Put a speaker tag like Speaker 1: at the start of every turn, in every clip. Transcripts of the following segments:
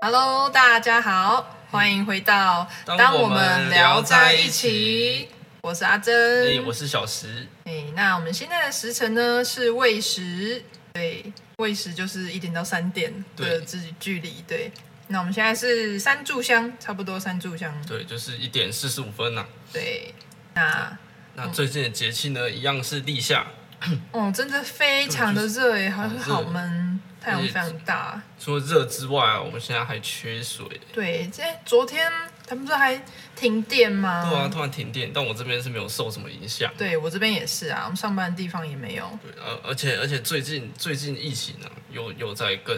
Speaker 1: Hello，大家好，欢迎回到
Speaker 2: 当
Speaker 1: 我
Speaker 2: 我
Speaker 1: 们
Speaker 2: 们
Speaker 1: 聊
Speaker 2: 聊
Speaker 1: 在
Speaker 2: 在
Speaker 1: 一
Speaker 2: 一
Speaker 1: 起
Speaker 2: 起，
Speaker 1: 我是阿珍，
Speaker 2: 哎，我是小石，
Speaker 1: 哎那我们现在的时辰呢是未时，对，未时就是一点到三点的
Speaker 2: 对
Speaker 1: 距距离，对。那我们现在是三炷香，差不多三炷香，
Speaker 2: 对，就是一点四十五分呐、
Speaker 1: 对。那
Speaker 2: 那
Speaker 1: 嗯
Speaker 2: 最近的节气呢，一样是立夏，
Speaker 1: 哦，真的非常的热哎，好像
Speaker 2: 很热
Speaker 1: 好闷，太阳
Speaker 2: 而
Speaker 1: 非
Speaker 2: 且
Speaker 1: 常大。
Speaker 2: 除了热之外啊，我们现在还缺水。
Speaker 1: 对，今天昨天他们不是还停电吗？
Speaker 2: 对啊，突然停电，但我这边是没有受什么影响。
Speaker 1: 嗯对我这边也是啊，我们上班的地方也没有。
Speaker 2: 对，而而且而且最近最近疫情啊，又又在更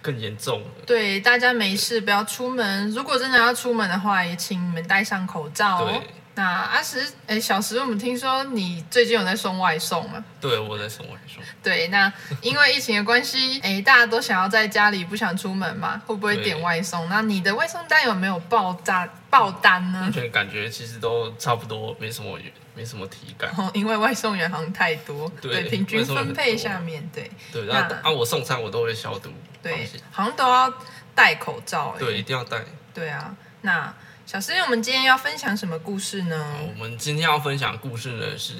Speaker 2: 更严重了。
Speaker 1: 对，大家没事不要出门。如果真的要出门的话，也请你们戴上口罩哦
Speaker 2: 对。
Speaker 1: 那阿石，哎，小石，我们听说你最近有在送外送嘛？
Speaker 2: 对，我在生活中，
Speaker 1: 对，那因为疫情的关系，哎，大家都想要在家里，不想出门嘛，会不会
Speaker 2: 对
Speaker 1: 点外送？那你的外送单有没有爆炸爆单呢
Speaker 2: 完？全感觉其实都差不多，没什么没什么体感。
Speaker 1: 哦，因为外送员好像太多，
Speaker 2: 对
Speaker 1: 平均
Speaker 2: 外送员
Speaker 1: 分
Speaker 2: 很
Speaker 1: 配
Speaker 2: 多
Speaker 1: 下面，对
Speaker 2: 对，
Speaker 1: 那
Speaker 2: 那啊，我送餐我都会消毒，放
Speaker 1: 对
Speaker 2: 心，
Speaker 1: 好像都要戴口罩、哎
Speaker 2: 对，一定要戴。
Speaker 1: 对啊，那小石，我们今天要分享什么故事呢
Speaker 2: 哦我们今天要分享的故事呢是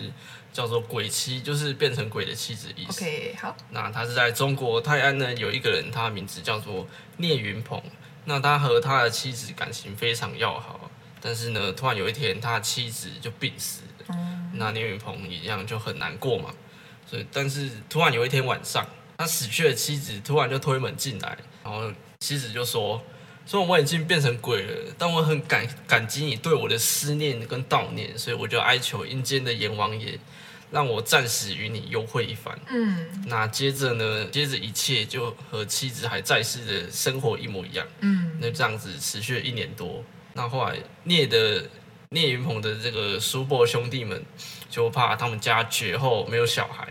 Speaker 2: 叫做“鬼妻”，就是变成鬼的妻子的意思。
Speaker 1: ？OK，好，
Speaker 2: 那他是在中国泰安呢，有一个人，他的名字叫做聂云鹏。那他和他的妻子感情非常要好，但是呢，突然有一天，他的妻子就病死了。那聂云鹏一样就很难过嘛。所以，但是突然有一天晚上，他死去的妻子突然就推门进来，然后妻子就说：“虽然我已经变成鬼了，但我很感感激你对我的思念跟悼念，所以我就哀求阴间的阎王爷，让我暂时与你幽会一番。”
Speaker 1: 嗯
Speaker 2: 那接着呢，接着一切就和妻子还在世的生活一模一样。
Speaker 1: 嗯，
Speaker 2: 那这样子持续了一年多。那后来聂的聂云鹏的这个叔伯兄弟们就怕他们家绝后没有小孩，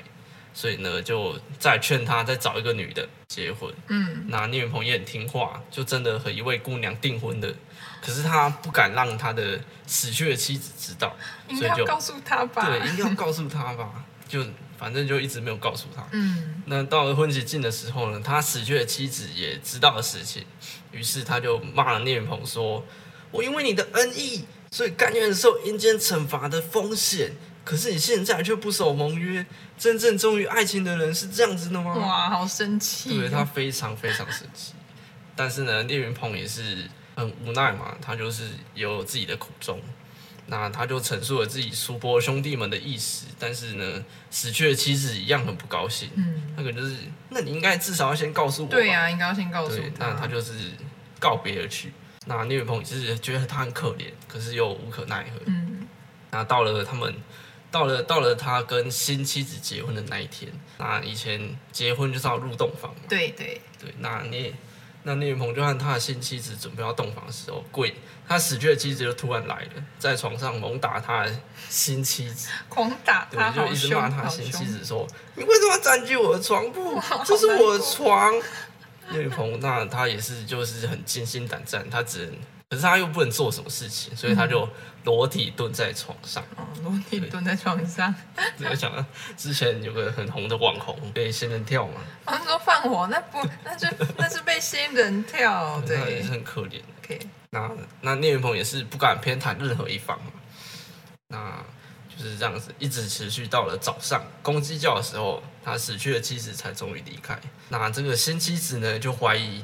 Speaker 2: 所以呢就再劝他再找一个女的结婚。
Speaker 1: 嗯，
Speaker 2: 那聂云鹏也很听话，就真的和一位姑娘订婚了。可是他不敢让他的死去的妻子知道，
Speaker 1: 应
Speaker 2: 所
Speaker 1: 该要
Speaker 2: 以就
Speaker 1: 告诉他吧。
Speaker 2: 对一定要告诉他吧，就反正就一直没有告诉他。
Speaker 1: 嗯
Speaker 2: 那到了婚期近的时候呢，他死去的妻子也知道了事情，于是他就骂了聂远鹏说：“我因为你的恩义，所以甘愿受阴间惩罚的风险。可是你现在却不守盟约，真正忠于爱情的人是这样子的吗？”
Speaker 1: 哇，好生气、哦
Speaker 2: 对他非常非常生气。但是呢，聂云鹏也是很无奈嘛，他就是也有自己的苦衷。那他就陈述了自己叔伯兄弟们的意思，但是呢，死去的妻子一样很不高兴。
Speaker 1: 嗯，
Speaker 2: 那个就是，那你应该至少要先告诉我吧。啊
Speaker 1: 对啊呀、应该要先告诉
Speaker 2: 对，那他就是告别而去。那聂远鹏也是觉得他很可怜，可是又无可奈何。
Speaker 1: 嗯
Speaker 2: 那到了他们，到了到了他跟新妻子结婚的那一天，那以前结婚就是要入洞房嘛。
Speaker 1: 对对，
Speaker 2: 对，那聂那聂云鹏就和他的新妻子准备要洞房的时候，鬼他死去的妻子就突然来了，在床上猛打他的新妻子，
Speaker 1: 狂打
Speaker 2: 对
Speaker 1: 他，，
Speaker 2: 就
Speaker 1: 好
Speaker 2: 一直
Speaker 1: 凶，
Speaker 2: 骂他
Speaker 1: 好
Speaker 2: 新妻
Speaker 1: 凶。
Speaker 2: 子说：“你为什么要占据我的床铺？这是我的床。”聂云鹏那他也是就是很惊心胆战，他只能，可是他又不能做什么事情，所以
Speaker 1: 嗯
Speaker 2: 他就裸体蹲在床上。
Speaker 1: 哦，裸体蹲在床上，
Speaker 2: 我想到之前有个很红的网红被仙人跳嘛，
Speaker 1: 他说放火，那 不，那就那是被仙人跳，
Speaker 2: 那也
Speaker 1: 对
Speaker 2: 是很可怜。
Speaker 1: ，OK，
Speaker 2: 那那聂云鹏也是不敢偏袒任何一方嘛，那就是这样子，一直持续到了早上公鸡叫的时候，他死去的妻子才终于离开。那这个新妻子呢，就怀疑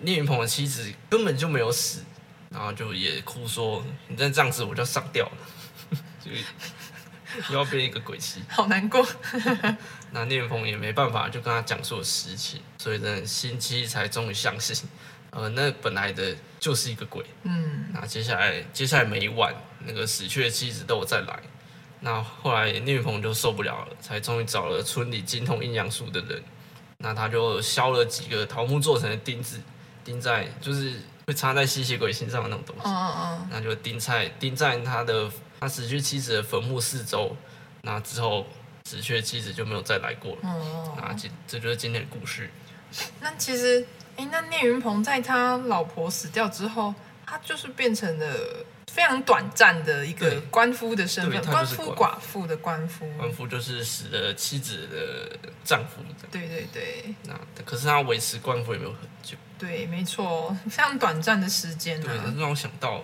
Speaker 2: 聂云鹏的妻子根本就没有死，然后就也哭说：“你再这样子，我就要上吊了， 就又要变一个鬼妻。”
Speaker 1: 好难过，
Speaker 2: 那聂鹏也没办法，就跟他讲述了实情，所以呢，新妻才终于相信，呃，那本来的就是一个鬼。
Speaker 1: 嗯
Speaker 2: 那接下来，接下来每一晚，那个死去的妻子都有再来。那后来聂鹏就受不了了，才终于找了村里精通阴阳术的人，那他就削了几个桃木做成的钉子，钉在就是会插在吸血鬼心上的那种东西
Speaker 1: 嗯。嗯
Speaker 2: 那就钉在钉在他的他死去妻子的坟墓四周。那之后，死去的妻子就没有再来过了。
Speaker 1: 嗯，哦，
Speaker 2: 那这这就是今天的故事。
Speaker 1: 那其实，哎，那聂云鹏在他老婆死掉之后，他就是变成了非常短暂的一个
Speaker 2: 对
Speaker 1: 官夫的身份，
Speaker 2: 对他
Speaker 1: 官
Speaker 2: 就是
Speaker 1: 夫
Speaker 2: 官
Speaker 1: 寡嗯妇的官夫。
Speaker 2: 官夫就是死了妻子的丈夫这样
Speaker 1: 对对对
Speaker 2: 那可是他维持官夫也没有很久。
Speaker 1: 对，没错，非常短暂的时间
Speaker 2: 对，
Speaker 1: 啊。
Speaker 2: 让我想到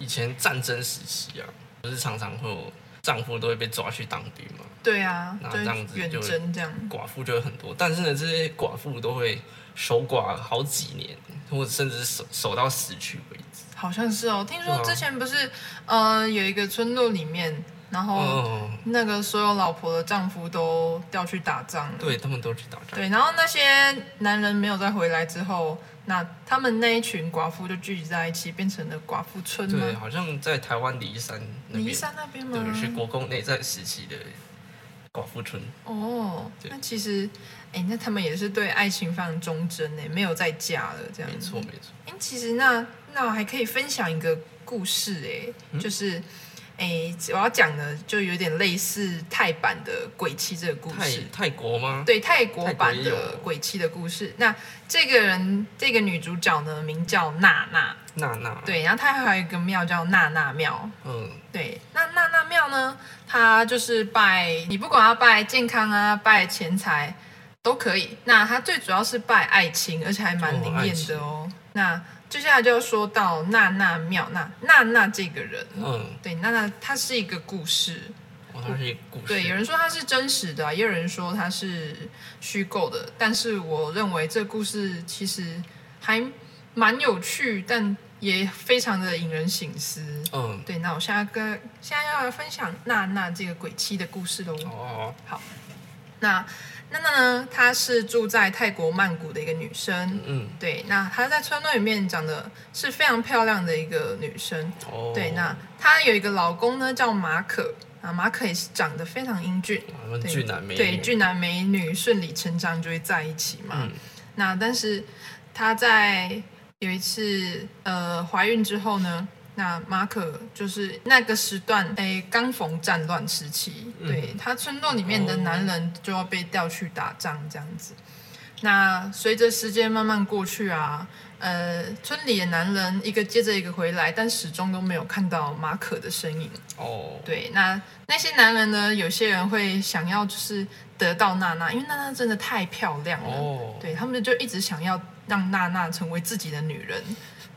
Speaker 2: 以前战争时期啊，不是常常会有丈夫都会被抓去当兵嘛，
Speaker 1: 对啊，
Speaker 2: 那
Speaker 1: 对
Speaker 2: 这样子就
Speaker 1: 远征这样，
Speaker 2: 寡妇就会很多，但是呢，这些寡妇都会守寡好几年，或者甚至守守到死去为止。
Speaker 1: 好像是哦。听说
Speaker 2: 对啊
Speaker 1: 之前不是，呃，有一个村落里面，然后
Speaker 2: 嗯，
Speaker 1: 那个所有老婆的丈夫都调去打仗了。
Speaker 2: 对他们都去打仗。
Speaker 1: 对，然后那些男人没有再回来之后，那他们那一群寡妇就聚集在一起，变成了寡妇村
Speaker 2: 对，
Speaker 1: 吗？
Speaker 2: 好像在台湾离山那
Speaker 1: 尼
Speaker 2: 边，
Speaker 1: 山那边吗？
Speaker 2: 对，是国共内战时期的寡妇村。
Speaker 1: 哦，
Speaker 2: 对
Speaker 1: 那其实，哎，那他们也是对爱情非常忠贞呢，没有再嫁了这样。
Speaker 2: 没错，没错。
Speaker 1: 哎，其实那那我还可以分享一个故事哎，
Speaker 2: 嗯
Speaker 1: 就是。哎，我要讲的就有点类似泰版的《鬼泣》这个故
Speaker 2: 泰
Speaker 1: 事，
Speaker 2: 泰国吗？
Speaker 1: 对泰国版
Speaker 2: 泰国也有
Speaker 1: 的《鬼泣》的故事。那这个人，这个女主角呢，名叫娜娜，
Speaker 2: 娜娜。，
Speaker 1: 对，然后它还有一个庙叫娜娜庙。
Speaker 2: 嗯，
Speaker 1: 对，那娜娜庙呢，它就是拜你不管要拜健康啊，拜钱财都可以。那它最主要是拜爱情，而且还蛮灵验的哦。那接下来就要说到娜娜庙，那娜娜这个人，
Speaker 2: 嗯，
Speaker 1: 对，娜娜她是一个故事，
Speaker 2: 哇，它是一个故事。
Speaker 1: 对，有人说它是真实的啊、也有人说它是虚构的。但是我认为这故事其实还蛮有趣，但也非常的引人省思。
Speaker 2: 嗯，
Speaker 1: 对，那我现在跟现在要来分享娜娜这个鬼妻的故事喽。
Speaker 2: 哦，
Speaker 1: 那娜娜呢，她是住在泰国曼谷的一个女生。
Speaker 2: 嗯，
Speaker 1: 对，那她在村落里面长得是非常漂亮的一个女生。
Speaker 2: 哦，
Speaker 1: 对，那她有一个老公呢，叫马可啊，马可也是长得非常英俊，
Speaker 2: 哇他们
Speaker 1: 对
Speaker 2: 嗯俊男美女。
Speaker 1: 对，俊男美女顺理成章就会在一起嘛。
Speaker 2: 嗯
Speaker 1: 那但是她在有一次呃怀孕之后呢，那马可就是那个时段诶刚逢战乱时期，对他村落里面的男人就要被调去打仗这样子。那随着时间慢慢过去啊，呃，村里的男人一个接着一个回来，但始终都没有看到马可的身影。
Speaker 2: 哦，
Speaker 1: 对，那那些男人呢，有些人会想要就是得到娜娜，因为娜娜真的太漂亮了。
Speaker 2: 哦，
Speaker 1: 对他们就一直想要让娜娜成为自己的女人，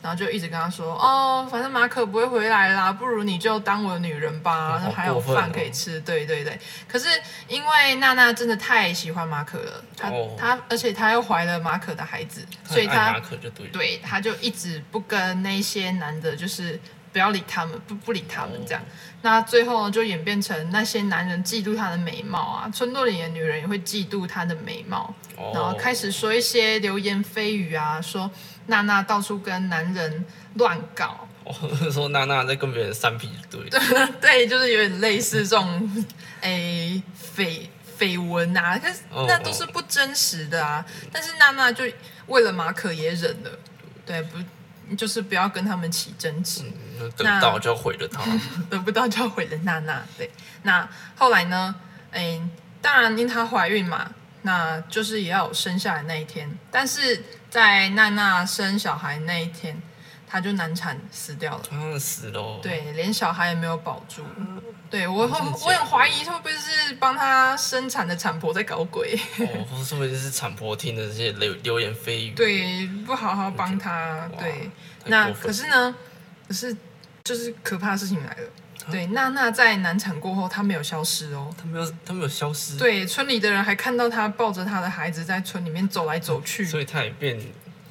Speaker 1: 然后就一直跟她说：“哦，反正马可不会回来啦，不如你就当我的女人吧，
Speaker 2: 哦
Speaker 1: 那还有
Speaker 2: 好过分
Speaker 1: 饭
Speaker 2: 哦
Speaker 1: 可以吃。对对对。可是因为娜娜真的太喜欢马可了，她、
Speaker 2: 哦
Speaker 1: 她，而且她又怀了马可的孩子，
Speaker 2: 他
Speaker 1: 所以
Speaker 2: 很
Speaker 1: 她
Speaker 2: 爱马可就对了。
Speaker 1: 对，她就一直不跟那些男的，就是不要理他们，不不理他们
Speaker 2: 哦
Speaker 1: 这样。那最后就演变成那些男人嫉妒她的美貌啊，村落里的女人也会嫉妒她的美貌。
Speaker 2: 哦，
Speaker 1: 然后开始说一些流言蜚语啊，说娜娜到处跟男人乱搞，
Speaker 2: 哦 说娜娜在跟别人三 P 对，
Speaker 1: 对，就是有点类似这种，诶绯绯闻啊，可是
Speaker 2: 哦
Speaker 1: 那都是不真实的啊。但是娜娜就为了马可也忍了，对，不就是不要跟他们起争执。
Speaker 2: 嗯得不到就毁了他。
Speaker 1: 得呃不到就要毁了娜娜。对，那后来呢？哎，当然因她怀孕嘛，那就是也要有生下来那一天。但是在娜娜生小孩那一天，她就难产死掉了。
Speaker 2: 他死哦喽。，
Speaker 1: 对，连小孩也没有保住。对我，
Speaker 2: 这么
Speaker 1: 我
Speaker 2: 假
Speaker 1: 我很怀疑会不会是帮她生产的产婆在搞鬼？
Speaker 2: 哦，或说不定是产婆听的这些流流言蜚语。，
Speaker 1: 对，不好好帮她。
Speaker 2: 哇
Speaker 1: 对，
Speaker 2: 太
Speaker 1: 那
Speaker 2: 过分
Speaker 1: 可是呢，可是就是可怕的事情来了。
Speaker 2: 啊
Speaker 1: 对，娜娜在难产过后，她没有消失哦。
Speaker 2: 他没有，他没有消失。，
Speaker 1: 对，村里的人还看到他抱着他的孩子在村里面走来走去。
Speaker 2: 所以他也变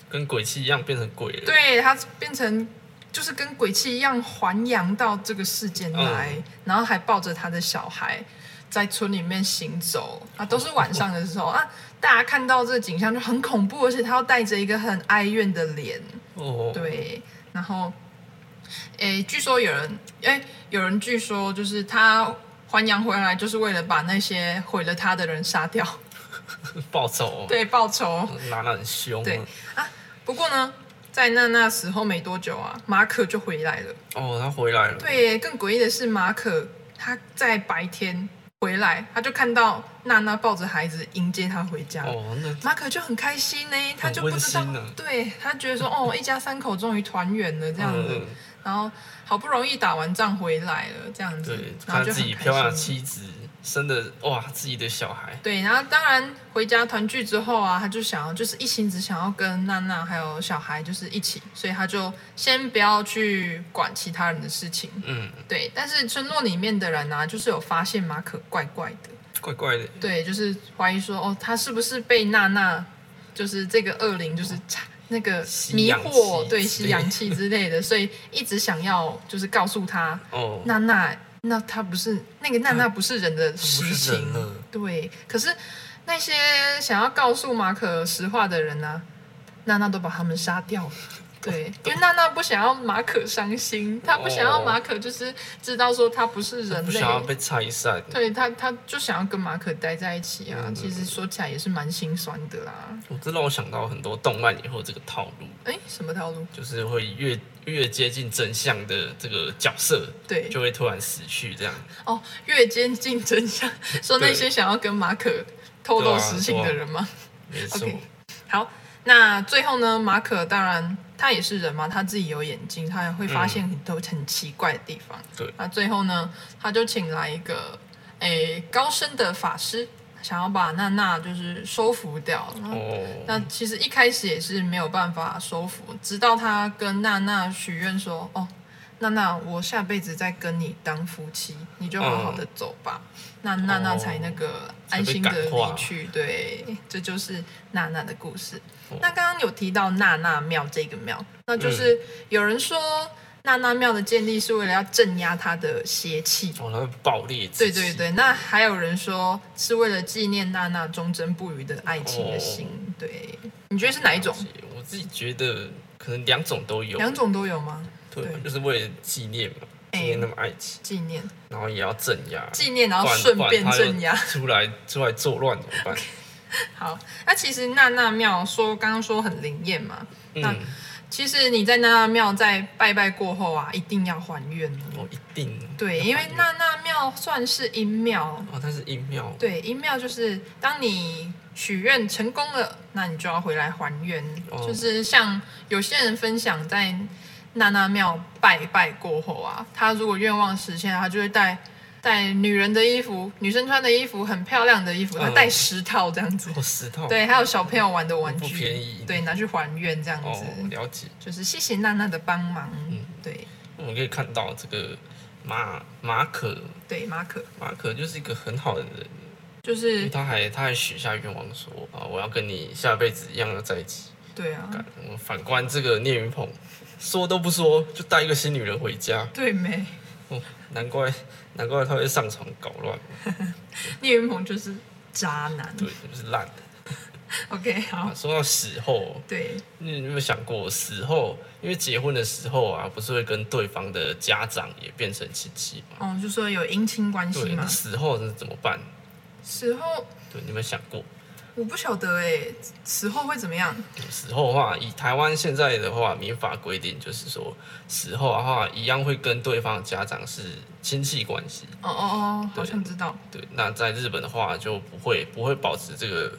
Speaker 2: 跟鬼泣一样变成鬼了。，
Speaker 1: 对他变成就是跟鬼泣一样还阳到这个世间
Speaker 2: 嗯
Speaker 1: 来，然后还抱着他的小孩在村里面行走啊，都是晚上的时候啊，大家看到这个景象就很恐怖，而且他要带着一个很哀怨的脸，
Speaker 2: 哦，，
Speaker 1: 对，然后，诶，据说有人，诶，有人据说就是他还阳回来就是为了把那些毁了他的人杀掉，
Speaker 2: 暴走。，
Speaker 1: 对，报仇。
Speaker 2: 娜娜很凶。哦
Speaker 1: 对，不过呢，在娜娜死后没多久啊，马可就回来了。
Speaker 2: 哦，他回来了。，
Speaker 1: 对，更诡异的是，马可他在白天回来，他就看到娜娜抱着孩子迎接他回家。
Speaker 2: 哦，那
Speaker 1: 马可就很开心呢、他就不知道，
Speaker 2: 温馨啊
Speaker 1: 对他觉得说，哦，一家三口终于团圆了这样子，
Speaker 2: 嗯
Speaker 1: 然后好不容易打完仗回来了这样子
Speaker 2: 对，，
Speaker 1: 然
Speaker 2: 看
Speaker 1: 后就
Speaker 2: 自己
Speaker 1: 很
Speaker 2: 漂亮
Speaker 1: 开
Speaker 2: 的
Speaker 1: 心。
Speaker 2: 妻子生的哇自己的小孩，
Speaker 1: 对，然后当然回家团聚之后啊，他就想要就是一心只想要跟娜娜还有小孩就是一起，所以他就先不要去管其他人的事情。
Speaker 2: 嗯，
Speaker 1: 对，但是村落里面的人啊，就是有发现马可怪怪的，
Speaker 2: 怪怪的，
Speaker 1: 对，就是怀疑说哦，他是不是被娜娜就是这个恶灵就是插那个
Speaker 2: 吸
Speaker 1: 迷
Speaker 2: 氧
Speaker 1: 惑，
Speaker 2: 气
Speaker 1: 对，
Speaker 2: 之
Speaker 1: 吸
Speaker 2: 类
Speaker 1: 氧
Speaker 2: 的
Speaker 1: 气之类的，所以一直想要就是告诉他
Speaker 2: 哦，
Speaker 1: 娜娜，那她不是那个娜娜不是人的
Speaker 2: 不
Speaker 1: 实
Speaker 2: 是
Speaker 1: 情
Speaker 2: 人，啊了，
Speaker 1: 对，可是那些想要告诉马可实话的人呢、娜娜都把他们杀掉了。 对，因为娜娜不想要马可伤心，她不想要马可就是知道说他不是人
Speaker 2: 不
Speaker 1: 类
Speaker 2: 想，要被拆散，
Speaker 1: 对她她就想要跟马可待在一起啊。
Speaker 2: 嗯
Speaker 1: 其实说起来也是蛮心酸的啦。
Speaker 2: 我这让我想到很多动漫以后这个套路，
Speaker 1: 哎，什么套路？
Speaker 2: 就是会越越接近真相的这个角色，
Speaker 1: 对，
Speaker 2: 就会突然死去这样。
Speaker 1: 哦，越接近真相，说那
Speaker 2: 对
Speaker 1: 些想要跟马可透
Speaker 2: 对
Speaker 1: 露
Speaker 2: 啊
Speaker 1: 实情
Speaker 2: 对啊
Speaker 1: 的人吗？
Speaker 2: 没错
Speaker 1: OK 好，那最后呢，马可当然他也是人嘛，他自己有眼睛，他也会发现很多很奇怪的地方。
Speaker 2: 对
Speaker 1: 那最后呢，他就请来一个诶高深的法师，想要把娜娜就是收服掉。然后
Speaker 2: 哦，
Speaker 1: 那其实一开始也是没有办法收服，直到他跟娜娜许愿说：“哦，娜娜，我下辈子再跟你当夫妻，你就好好的走吧。那娜娜才那个安心的
Speaker 2: 嗯哦才被感化
Speaker 1: 离去。对，这就是娜娜的故事。
Speaker 2: 哦
Speaker 1: 那刚刚有提到娜娜庙这个庙，那就是
Speaker 2: 嗯
Speaker 1: 有人说娜娜庙的建立是为了要镇压她的邪气。
Speaker 2: 哦，他会爆裂自
Speaker 1: 对
Speaker 2: 己
Speaker 1: 对，对，那还有人说是为了纪念娜娜忠贞不渝的爱情的心。
Speaker 2: 哦
Speaker 1: 对，你觉得是哪一种？
Speaker 2: 我自己觉得可能两种哦都有，
Speaker 1: 两种都有吗？对
Speaker 2: 对，就是为了纪念嘛，纪
Speaker 1: 哎
Speaker 2: 念那么爱情，
Speaker 1: 纪念、
Speaker 2: 然后也要镇压，
Speaker 1: 纪念，然
Speaker 2: 不
Speaker 1: 后
Speaker 2: 然
Speaker 1: 顺
Speaker 2: 不然
Speaker 1: 便
Speaker 2: 他又
Speaker 1: 镇压。
Speaker 2: 出来出来作乱怎么办？
Speaker 1: 好，那其实娜娜庙说刚刚说很灵验嘛，那
Speaker 2: 嗯，
Speaker 1: 其实你在娜娜庙在拜拜过后啊，一定要还愿哦。
Speaker 2: 我一定
Speaker 1: 对，
Speaker 2: 要
Speaker 1: 因为
Speaker 2: 还愿
Speaker 1: 娜娜庙算是阴庙，
Speaker 2: 哦，它是音庙，
Speaker 1: 对，阴庙就是当你许愿成功了，那你就要回来还愿。
Speaker 2: 哦
Speaker 1: 就是像有些人分享在娜娜庙拜拜过后啊，他如果愿望实现，他就会带带女人的衣服，女生穿的衣服，很漂亮的衣服，他
Speaker 2: 嗯
Speaker 1: 带十套这样子。
Speaker 2: 哦，十套，
Speaker 1: 对，还有小朋友玩的玩具，
Speaker 2: 不便宜
Speaker 1: 对，拿去还愿这样
Speaker 2: 哦嗯
Speaker 1: 子，，
Speaker 2: 了解。
Speaker 1: 就是谢谢娜娜的帮忙。对
Speaker 2: 我们可以看到这个马马可，
Speaker 1: 对，马可
Speaker 2: 马可就是一个很好的人，
Speaker 1: 就
Speaker 2: 因为
Speaker 1: 是
Speaker 2: 他还他还许下愿望说啊，我要跟你下辈子一样要在一起。
Speaker 1: 对啊，
Speaker 2: 干我们反观这个聂云鹏，说都不说就带一个新女人回家，
Speaker 1: 对没？
Speaker 2: 哦，难怪难怪他会上床搞乱，
Speaker 1: 聂云鹏就是渣男。
Speaker 2: 对，就是烂的。
Speaker 1: OK，好
Speaker 2: 啊，，说到死后，
Speaker 1: 对，
Speaker 2: 你有没有想过死后，因为结婚的时候啊，不是会跟对方的家长也变成亲戚吗？
Speaker 1: 哦，就说有姻亲关系
Speaker 2: 对，那
Speaker 1: 嘛。
Speaker 2: 死后是怎么办？
Speaker 1: 死后
Speaker 2: 对，你有没有想过？
Speaker 1: 我不晓得哎、死后会怎么样？
Speaker 2: 死后的话，以台湾现在的话，民法规定就是说，死后的话一样会跟对方的家长是亲戚关系。
Speaker 1: 哦哦哦，好
Speaker 2: 对
Speaker 1: 像知道。
Speaker 2: 对，那在日本的话就不会不会保持这个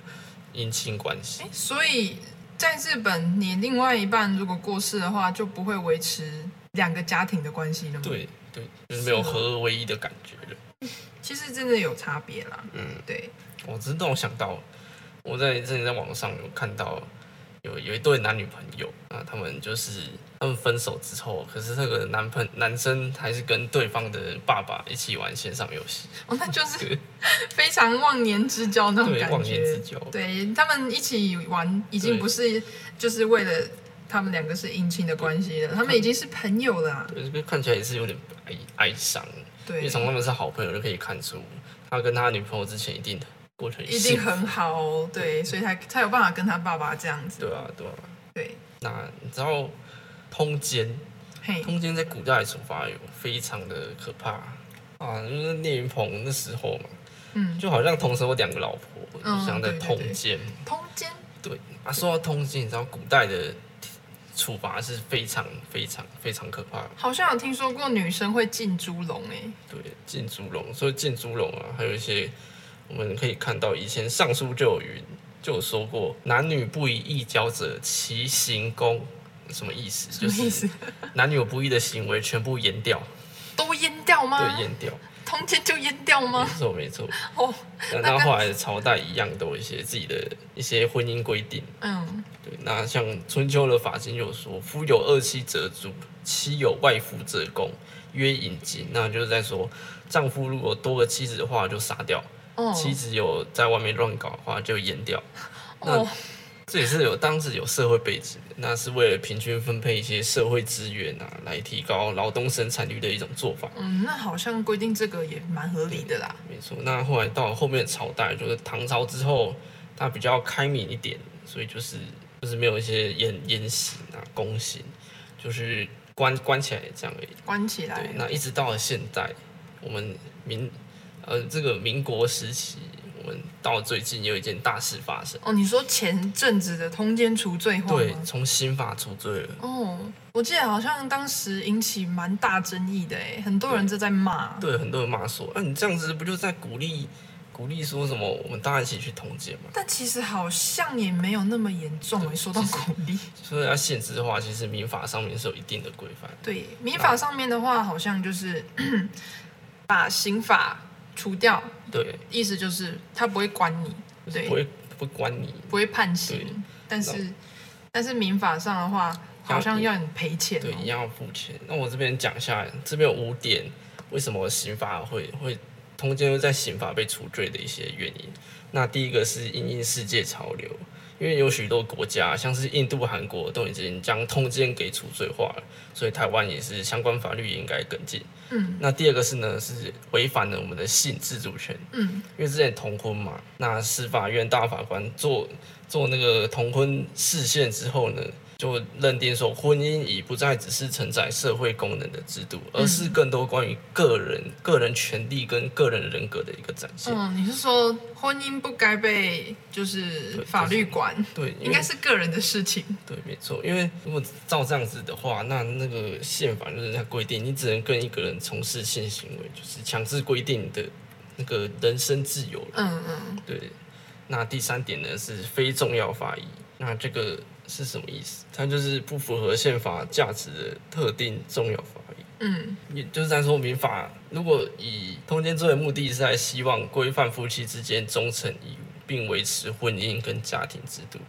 Speaker 2: 姻亲关系
Speaker 1: 哎，，所以在日本，你另外一半如果过世的话，就不会维持两个家庭的关系了吗？，
Speaker 2: 对对，就是没有
Speaker 1: 哦
Speaker 2: 合二为一的感觉了。
Speaker 1: 其实真的有差别啦。
Speaker 2: 嗯，
Speaker 1: 对，
Speaker 2: 我真的我想到，我在之前在网上有看到有有一对男女朋友啊，他们就是他们分手之后，可是那个男朋男生还是跟对方的爸爸一起玩线上游戏，
Speaker 1: 哦，那就是
Speaker 2: 对
Speaker 1: 非常忘年之交那种
Speaker 2: 对，
Speaker 1: 感
Speaker 2: 忘年之
Speaker 1: 觉。
Speaker 2: 交，
Speaker 1: 对他们一起玩，已经
Speaker 2: 对
Speaker 1: 不是就是为了他们两个是姻亲的关系了，他们已经是朋友了啊。
Speaker 2: 对，这边看起来也是有点哀哀伤，因
Speaker 1: 对
Speaker 2: 为，从他们是好朋友就可以看出，他跟他女朋友之前一定过程
Speaker 1: 一定很好哦。对，所以才才有办法跟他爸爸这样子。
Speaker 2: 对啊对啊。
Speaker 1: 对，
Speaker 2: 那你知道通奸？
Speaker 1: 嘿，
Speaker 2: 通奸在古代的手法有非常的可怕啊，就是聂云鹏那时候嘛，
Speaker 1: 嗯，
Speaker 2: 就好像同时有两个老婆，
Speaker 1: 嗯
Speaker 2: 就像在通奸。
Speaker 1: 通奸
Speaker 2: 对啊，说到通奸，你知道古代的处罚是非常非常非常可怕的，
Speaker 1: 好像有听说过女生会进猪笼欸诶、
Speaker 2: 对，进猪笼，所以进猪笼啊，还有一些我们可以看到以前尚书就有云就有说过，男女不以异交者，其行宫。什么意思？
Speaker 1: 什
Speaker 2: 就
Speaker 1: 么意思
Speaker 2: 是？男女有不义的行为，全部阉掉，
Speaker 1: 都阉掉吗？
Speaker 2: 对，阉掉。
Speaker 1: 通奸就阉掉吗？
Speaker 2: 没错没错。
Speaker 1: 哦，
Speaker 2: 那
Speaker 1: 那
Speaker 2: 到
Speaker 1: 跟
Speaker 2: 后来的朝代一样都有一些自己的一些婚姻规定。
Speaker 1: 嗯，
Speaker 2: 对，那像春秋的法经就说：“夫有二妻者主，妻有外夫者公，曰隐疾。”那就是在说，丈夫如果多个妻子的话，就杀掉；
Speaker 1: 哦，
Speaker 2: 妻子有在外面乱搞的话，就阉掉。
Speaker 1: 哦，
Speaker 2: 这也是有当时有社会背景的，那是为了平均分配一些社会资源啊，来提高劳动生产率的一种做法。
Speaker 1: 嗯，那好像规定这个也蛮合理的啦。
Speaker 2: 没错，那后来到后面的朝代，就是唐朝之后，它比较开明一点，所以就是就是没有一些严严刑啊、宫刑，就是关关起来这样而已。
Speaker 1: 关起
Speaker 2: 对
Speaker 1: 来，，
Speaker 2: 那一直到了现代，我们民呃这个民国时期，我们到最近也有一件大事发生，
Speaker 1: 哦，你说前阵子的通奸除罪化
Speaker 2: 对
Speaker 1: 吗，？
Speaker 2: 从刑法除罪了。
Speaker 1: 哦，我记得好像当时引起蛮大争议的诶，很多人都在骂。
Speaker 2: 对，很多人骂说，啊，你这样子不就在鼓励鼓励说什么？我们大家一起去统计嘛，
Speaker 1: 但其实好像也没有那么严重诶，说到鼓励，
Speaker 2: 所以要限制的话，其实民法上面是有一定的规范。
Speaker 1: 对民法上面的话，好像就是把刑法除掉，
Speaker 2: 对，
Speaker 1: 意思就是他不会管你，对
Speaker 2: 不，会不会管你。
Speaker 1: 不会判
Speaker 2: 对
Speaker 1: 刑，但是但是民法上的话，好像要你赔钱、
Speaker 2: 对，一
Speaker 1: 哦。
Speaker 2: 样要付钱。那我这边讲一下，这边有五点，为什么刑法会会通奸会在刑法被除罪的一些原因。那第一个是因应世界潮流，因为有许多国家，像是印度、韩国都已经将通奸给除罪化了，所以台湾也是相关法律也应该跟进。
Speaker 1: 嗯
Speaker 2: 那第二个是呢，是违反了我们的性自主权，
Speaker 1: 嗯
Speaker 2: 因为之前同婚嘛，那司法院大法官做做那个同婚释宪之后呢，就认定说婚姻已不再只是承载社会功能的制度，而是更多关于个人、个人权利跟个人人格的一个展现。
Speaker 1: 嗯，你是说婚姻不该被就是法律管，
Speaker 2: 对，
Speaker 1: 应
Speaker 2: 因为
Speaker 1: 该是个人的事情。
Speaker 2: 对，没错，因为如果照这样子的话，那那个宪法就是它规定，你只能跟一个人从事性行为，就是强制规定你的那个人身自由了。
Speaker 1: 嗯嗯，
Speaker 2: 对，那第三点呢是非重要法益，那这个是什么意思？它就是不符合宪法价值的特定重要法益，
Speaker 1: 嗯
Speaker 2: 也就是在说民法如果以通奸罪的目的是在希望规范夫妻之间忠诚义务，并维持婚姻跟家庭制度，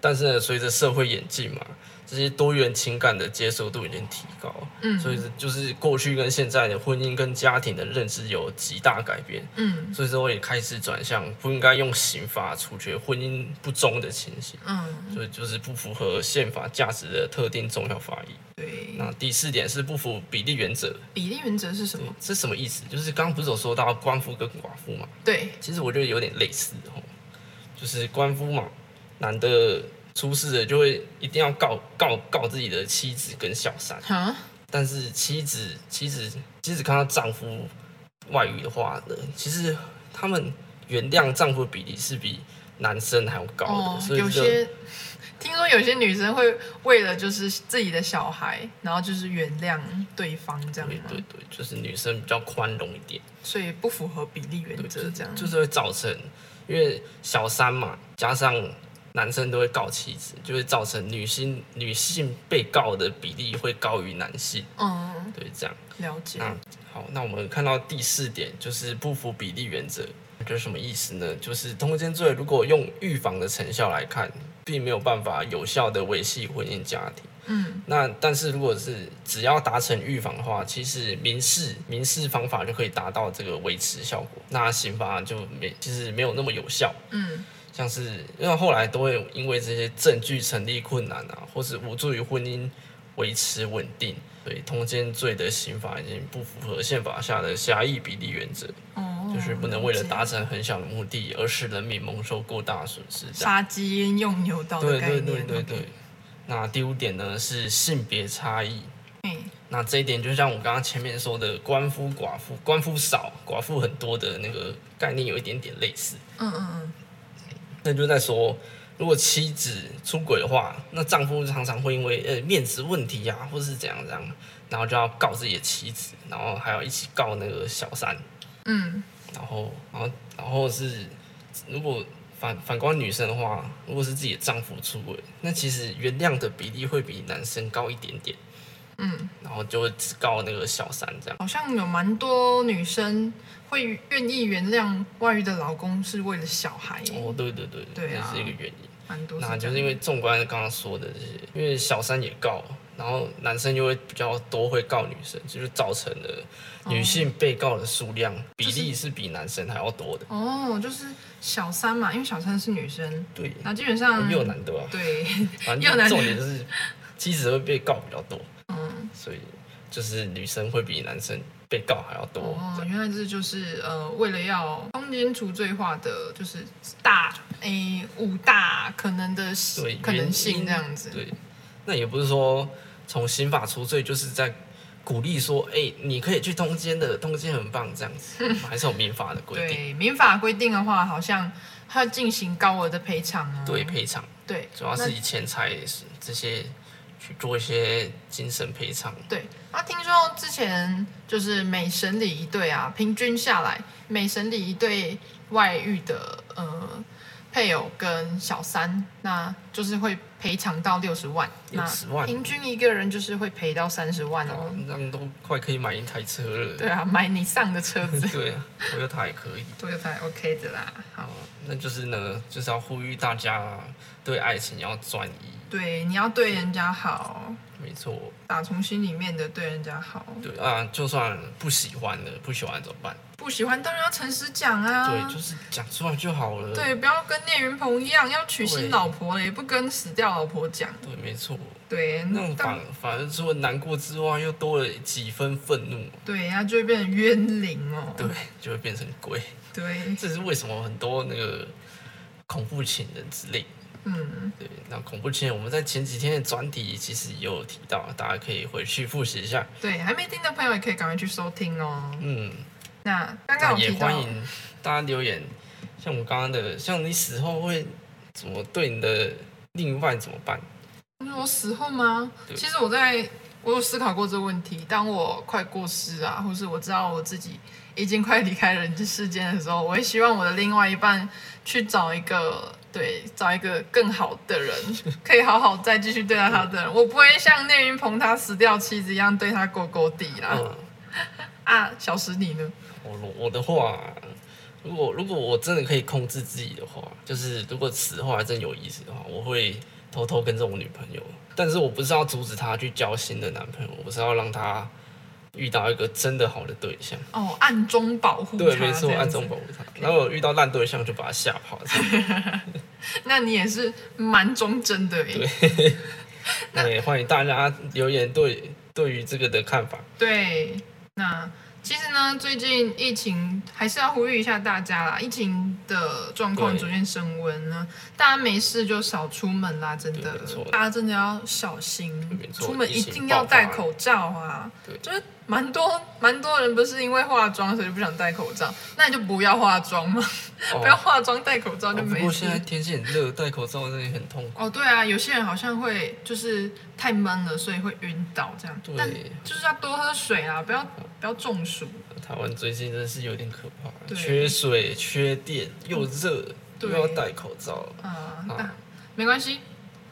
Speaker 2: 但是呢，随着社会演进嘛。这些多元情感的接受度已经提高，
Speaker 1: 嗯
Speaker 2: 所以就是过去跟现在的婚姻跟家庭的认知有极大改变，
Speaker 1: 嗯
Speaker 2: 所以说也开始转向不应该用刑法处决婚姻不忠的情形，
Speaker 1: 嗯，
Speaker 2: 所以就是不符合宪法价值的特定重要法益。
Speaker 1: 对。
Speaker 2: 那第四点是不符比例原则，
Speaker 1: 比例原则是什么？
Speaker 2: 这什么意思？就是刚刚不是有说到官夫跟寡妇嘛，
Speaker 1: 对，
Speaker 2: 其实我觉得有点类似哦，就是官夫嘛，男的出事了就会一定要告告告自己的妻子跟小三，
Speaker 1: 哈，
Speaker 2: 但是妻子妻子妻子看到丈夫外遇的话呢，其实他们原谅丈夫的比例是比男生还要高的，
Speaker 1: 哦，
Speaker 2: 所以
Speaker 1: 有
Speaker 2: 就
Speaker 1: 些听说有些女生会为了就是自己的小孩，然后就是原谅对方这
Speaker 2: 对
Speaker 1: 样
Speaker 2: 对
Speaker 1: 吗？
Speaker 2: 对，就是女生比较宽容一点，
Speaker 1: 所以不符合比例原
Speaker 2: 对，就
Speaker 1: 则这样。
Speaker 2: 就是会造成，因为小三嘛，加上男生都会告妻子，就会造成女性女性被告的比例会高于男性，
Speaker 1: 嗯，
Speaker 2: 对，这样。
Speaker 1: 了解。
Speaker 2: 那好，那我们看到第四点就是不符比例原则，这是什么意思呢？就是通奸罪如果用预防的成效来看，并没有办法有效的维系婚姻家庭。
Speaker 1: 嗯
Speaker 2: 那但是如果是只要达成预防的话，其实民事民事方法就可以达到这个维持效果，那刑罚就没其实没有那么有效。
Speaker 1: 嗯
Speaker 2: 像是因为后来都会因为这些证据成立困难啊，或是无助于婚姻维持稳定，所以通奸罪的刑罚已经不符合宪法下的狭义比例原则，
Speaker 1: 哦，
Speaker 2: 就是不能为了达
Speaker 1: 了解
Speaker 2: 成很小的目的而使人民蒙受过大损失。这
Speaker 1: 杀
Speaker 2: 样
Speaker 1: 鸡焉用牛刀的
Speaker 2: 啊对
Speaker 1: 概
Speaker 2: 对
Speaker 1: 念。
Speaker 2: 对对对。那第五点呢是性别差异，
Speaker 1: 嗯
Speaker 2: 那这一点就像我刚刚前面说的，官夫寡妇、官夫少、寡妇很多的那个概念有一点点类似。
Speaker 1: 嗯嗯
Speaker 2: 那就在说，如果妻子出轨的话，那丈夫常常会因为呃面子问题啊，或是怎样怎样，然后就要告自己的妻子，然后还要一起告那个小三，
Speaker 1: 嗯
Speaker 2: 然后然后然后是如果反反观女生的话，如果是自己的丈夫出轨，那其实原谅的比例会比男生高一点点。
Speaker 1: 嗯嗯，
Speaker 2: 然后就会只告那个小三这样。
Speaker 1: 好像有蛮多女生会愿意原谅外遇的老公是为了小孩，
Speaker 2: 哦，对对对，
Speaker 1: 对啊
Speaker 2: 这是一个原因。
Speaker 1: 蛮多
Speaker 2: 那
Speaker 1: 是这
Speaker 2: 就
Speaker 1: 样。
Speaker 2: 是因为纵观刚刚说的这些，因为小三也告，然后男生就会比较多会告女生，就是造成了女性被告的数量比例是比男生还要多的。
Speaker 1: 哦，就是小三嘛，因为小三是女生，
Speaker 2: 对，
Speaker 1: 然后基本上
Speaker 2: 又有难度啊。
Speaker 1: 对，
Speaker 2: 反
Speaker 1: 嗯又有难
Speaker 2: 正
Speaker 1: 度
Speaker 2: 重点就是妻子会被告比较多，
Speaker 1: 嗯，
Speaker 2: 所以就是女生会比男生被告还要多。
Speaker 1: 哦
Speaker 2: 这，样
Speaker 1: 原来这就是呃，为了要通奸除罪化的，就是大诶五大可能的
Speaker 2: 对，
Speaker 1: 可能性
Speaker 2: 原因
Speaker 1: 这样子，
Speaker 2: 对，那也不是说从刑法除罪，就是在鼓励说，哎、你可以去通奸的，通奸很棒这样子， 还是有民法的规
Speaker 1: 对
Speaker 2: 定，
Speaker 1: 民法规定的话，好像它要进行高额的赔偿啊，
Speaker 2: 对赔偿，
Speaker 1: 对，
Speaker 2: 主要是
Speaker 1: 那
Speaker 2: 以钱财这些去做一些精神赔偿。
Speaker 1: 对，那听说之前就是每审理一对啊，平均下来每审理一对外遇的呃配偶跟小三，那就是会赔偿到六十万，那
Speaker 2: 60万
Speaker 1: 平均一个人就是会赔到三十万哦。
Speaker 2: 这样都快可以买一台车了。
Speaker 1: 对啊，买你上的车子，
Speaker 2: 对啊，我有台也可以。
Speaker 1: 这个才 OK 的啦。好，
Speaker 2: 哦，那就是呢，就是要呼吁大家对爱情要专一，
Speaker 1: 对，你要对人家好，
Speaker 2: 没错。
Speaker 1: 打从心里面的对人家好。
Speaker 2: 对啊，就算不喜欢了，不喜欢怎么办？
Speaker 1: 不喜欢当然要诚实讲啊。
Speaker 2: 对，就是讲出来就好了。
Speaker 1: 对，不要跟聂云鹏一样要娶新
Speaker 2: 对
Speaker 1: 老婆了，也不跟死掉老婆讲。
Speaker 2: 对，没错。
Speaker 1: 对，
Speaker 2: 那种
Speaker 1: 当
Speaker 2: 反反而除了难过之外，又多了几分愤怒，
Speaker 1: 对，它就会变成冤灵哦。
Speaker 2: 对，就会变成鬼。
Speaker 1: 对，
Speaker 2: 这是为什么很多那个恐怖情人之类。
Speaker 1: 嗯，
Speaker 2: 对，那恐怖情人我们在前几天的专题其实也有提到，大家可以回去复习一下。
Speaker 1: 对，还没听的朋友也可以赶快去收听哦。
Speaker 2: 嗯，
Speaker 1: 那刚刚
Speaker 2: 那
Speaker 1: 有
Speaker 2: 也
Speaker 1: 提到
Speaker 2: 欢，迎大家留言，像我们刚刚的，像你死后会怎么对你的另一半怎么办？
Speaker 1: 就是我死后吗？
Speaker 2: 对
Speaker 1: 其实我在我有思考过这个问题。当我快过世啊，或是我知道我自己已经快离开人世间的时候，我会希望我的另外一半去找一个。对，找一个更好的 人，可以好好再继续对待他
Speaker 2: 嗯
Speaker 1: 的人。我不会像聂云鹏他死掉妻子一样对他狗狗地啦。
Speaker 2: 嗯，
Speaker 1: 啊，小石你呢？
Speaker 2: 我我的话，如果如果我真的可以控制自己的话，就是如果死后还真有意思的话，我会偷偷跟着我女朋友，但是我不是要阻止她去交新的男朋友，我是要让她遇到一个真的好的 对象。
Speaker 1: 哦，暗中保护
Speaker 2: 对，
Speaker 1: 他
Speaker 2: 没错，
Speaker 1: 啊这样
Speaker 2: 暗
Speaker 1: 子
Speaker 2: 中保护她。然后我遇到烂对象就把她吓跑，这样
Speaker 1: 那你也是蛮忠贞的耶。对，
Speaker 2: 那也欢迎大家留言对对于这个的看法。
Speaker 1: 那其实呢，最近疫情还是要呼吁一下大家啦，疫情的状况
Speaker 2: 对
Speaker 1: 逐渐升温呢，大家没事就少出门啦，真的
Speaker 2: 对没错，
Speaker 1: 大家真的要小心
Speaker 2: 没，错
Speaker 1: 出门
Speaker 2: 疫
Speaker 1: 一
Speaker 2: 情
Speaker 1: 定
Speaker 2: 爆
Speaker 1: 要戴
Speaker 2: 发
Speaker 1: 口罩啊。
Speaker 2: 对
Speaker 1: 就是蛮多蛮多人不是因为化妆所以不想戴口罩，那你就不要化妆嘛，
Speaker 2: 哦
Speaker 1: 不要化妆戴口罩就
Speaker 2: 哦不
Speaker 1: 没
Speaker 2: 过
Speaker 1: 事
Speaker 2: 现。在天气很热，戴口罩真的很痛苦。
Speaker 1: 哦，对啊，有些人好像会就是太闷了，所以会晕倒这样
Speaker 2: 对。
Speaker 1: 但就是要多喝水啊，不要不要中暑。
Speaker 2: 台湾最近真的是有点可怕，
Speaker 1: 对
Speaker 2: 缺水、缺电，又热，又
Speaker 1: 对
Speaker 2: 要戴口罩。
Speaker 1: 啊、那、
Speaker 2: 啊，
Speaker 1: 没关系。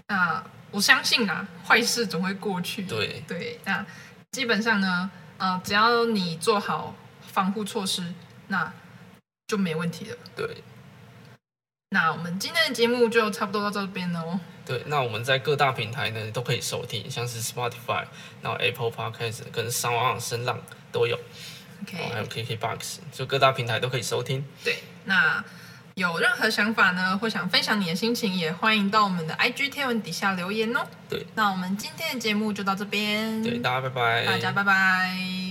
Speaker 1: 那我相信啊，坏事总会过去。
Speaker 2: 对，
Speaker 1: 对，那基本上呢，呃，只要你做好防护措施，那就没问题了。
Speaker 2: 对，
Speaker 1: 那我们今天的节目就差不多到这边了哦。
Speaker 2: 对。那我们在各大平台呢都可以收听，像是 Spotify，然后 Apple Podcast 跟 Sound On 声浪都有，然后还
Speaker 1: OK，
Speaker 2: 有 KKBox，就各大平台都可以收听。
Speaker 1: 对，那有任何想法呢，或想分享你的心情，也欢迎到我们的 IG 贴文底下留言哦。
Speaker 2: 对，
Speaker 1: 那我们今天的节目就到这边，
Speaker 2: 嗯对，大家拜拜，
Speaker 1: 大家拜拜。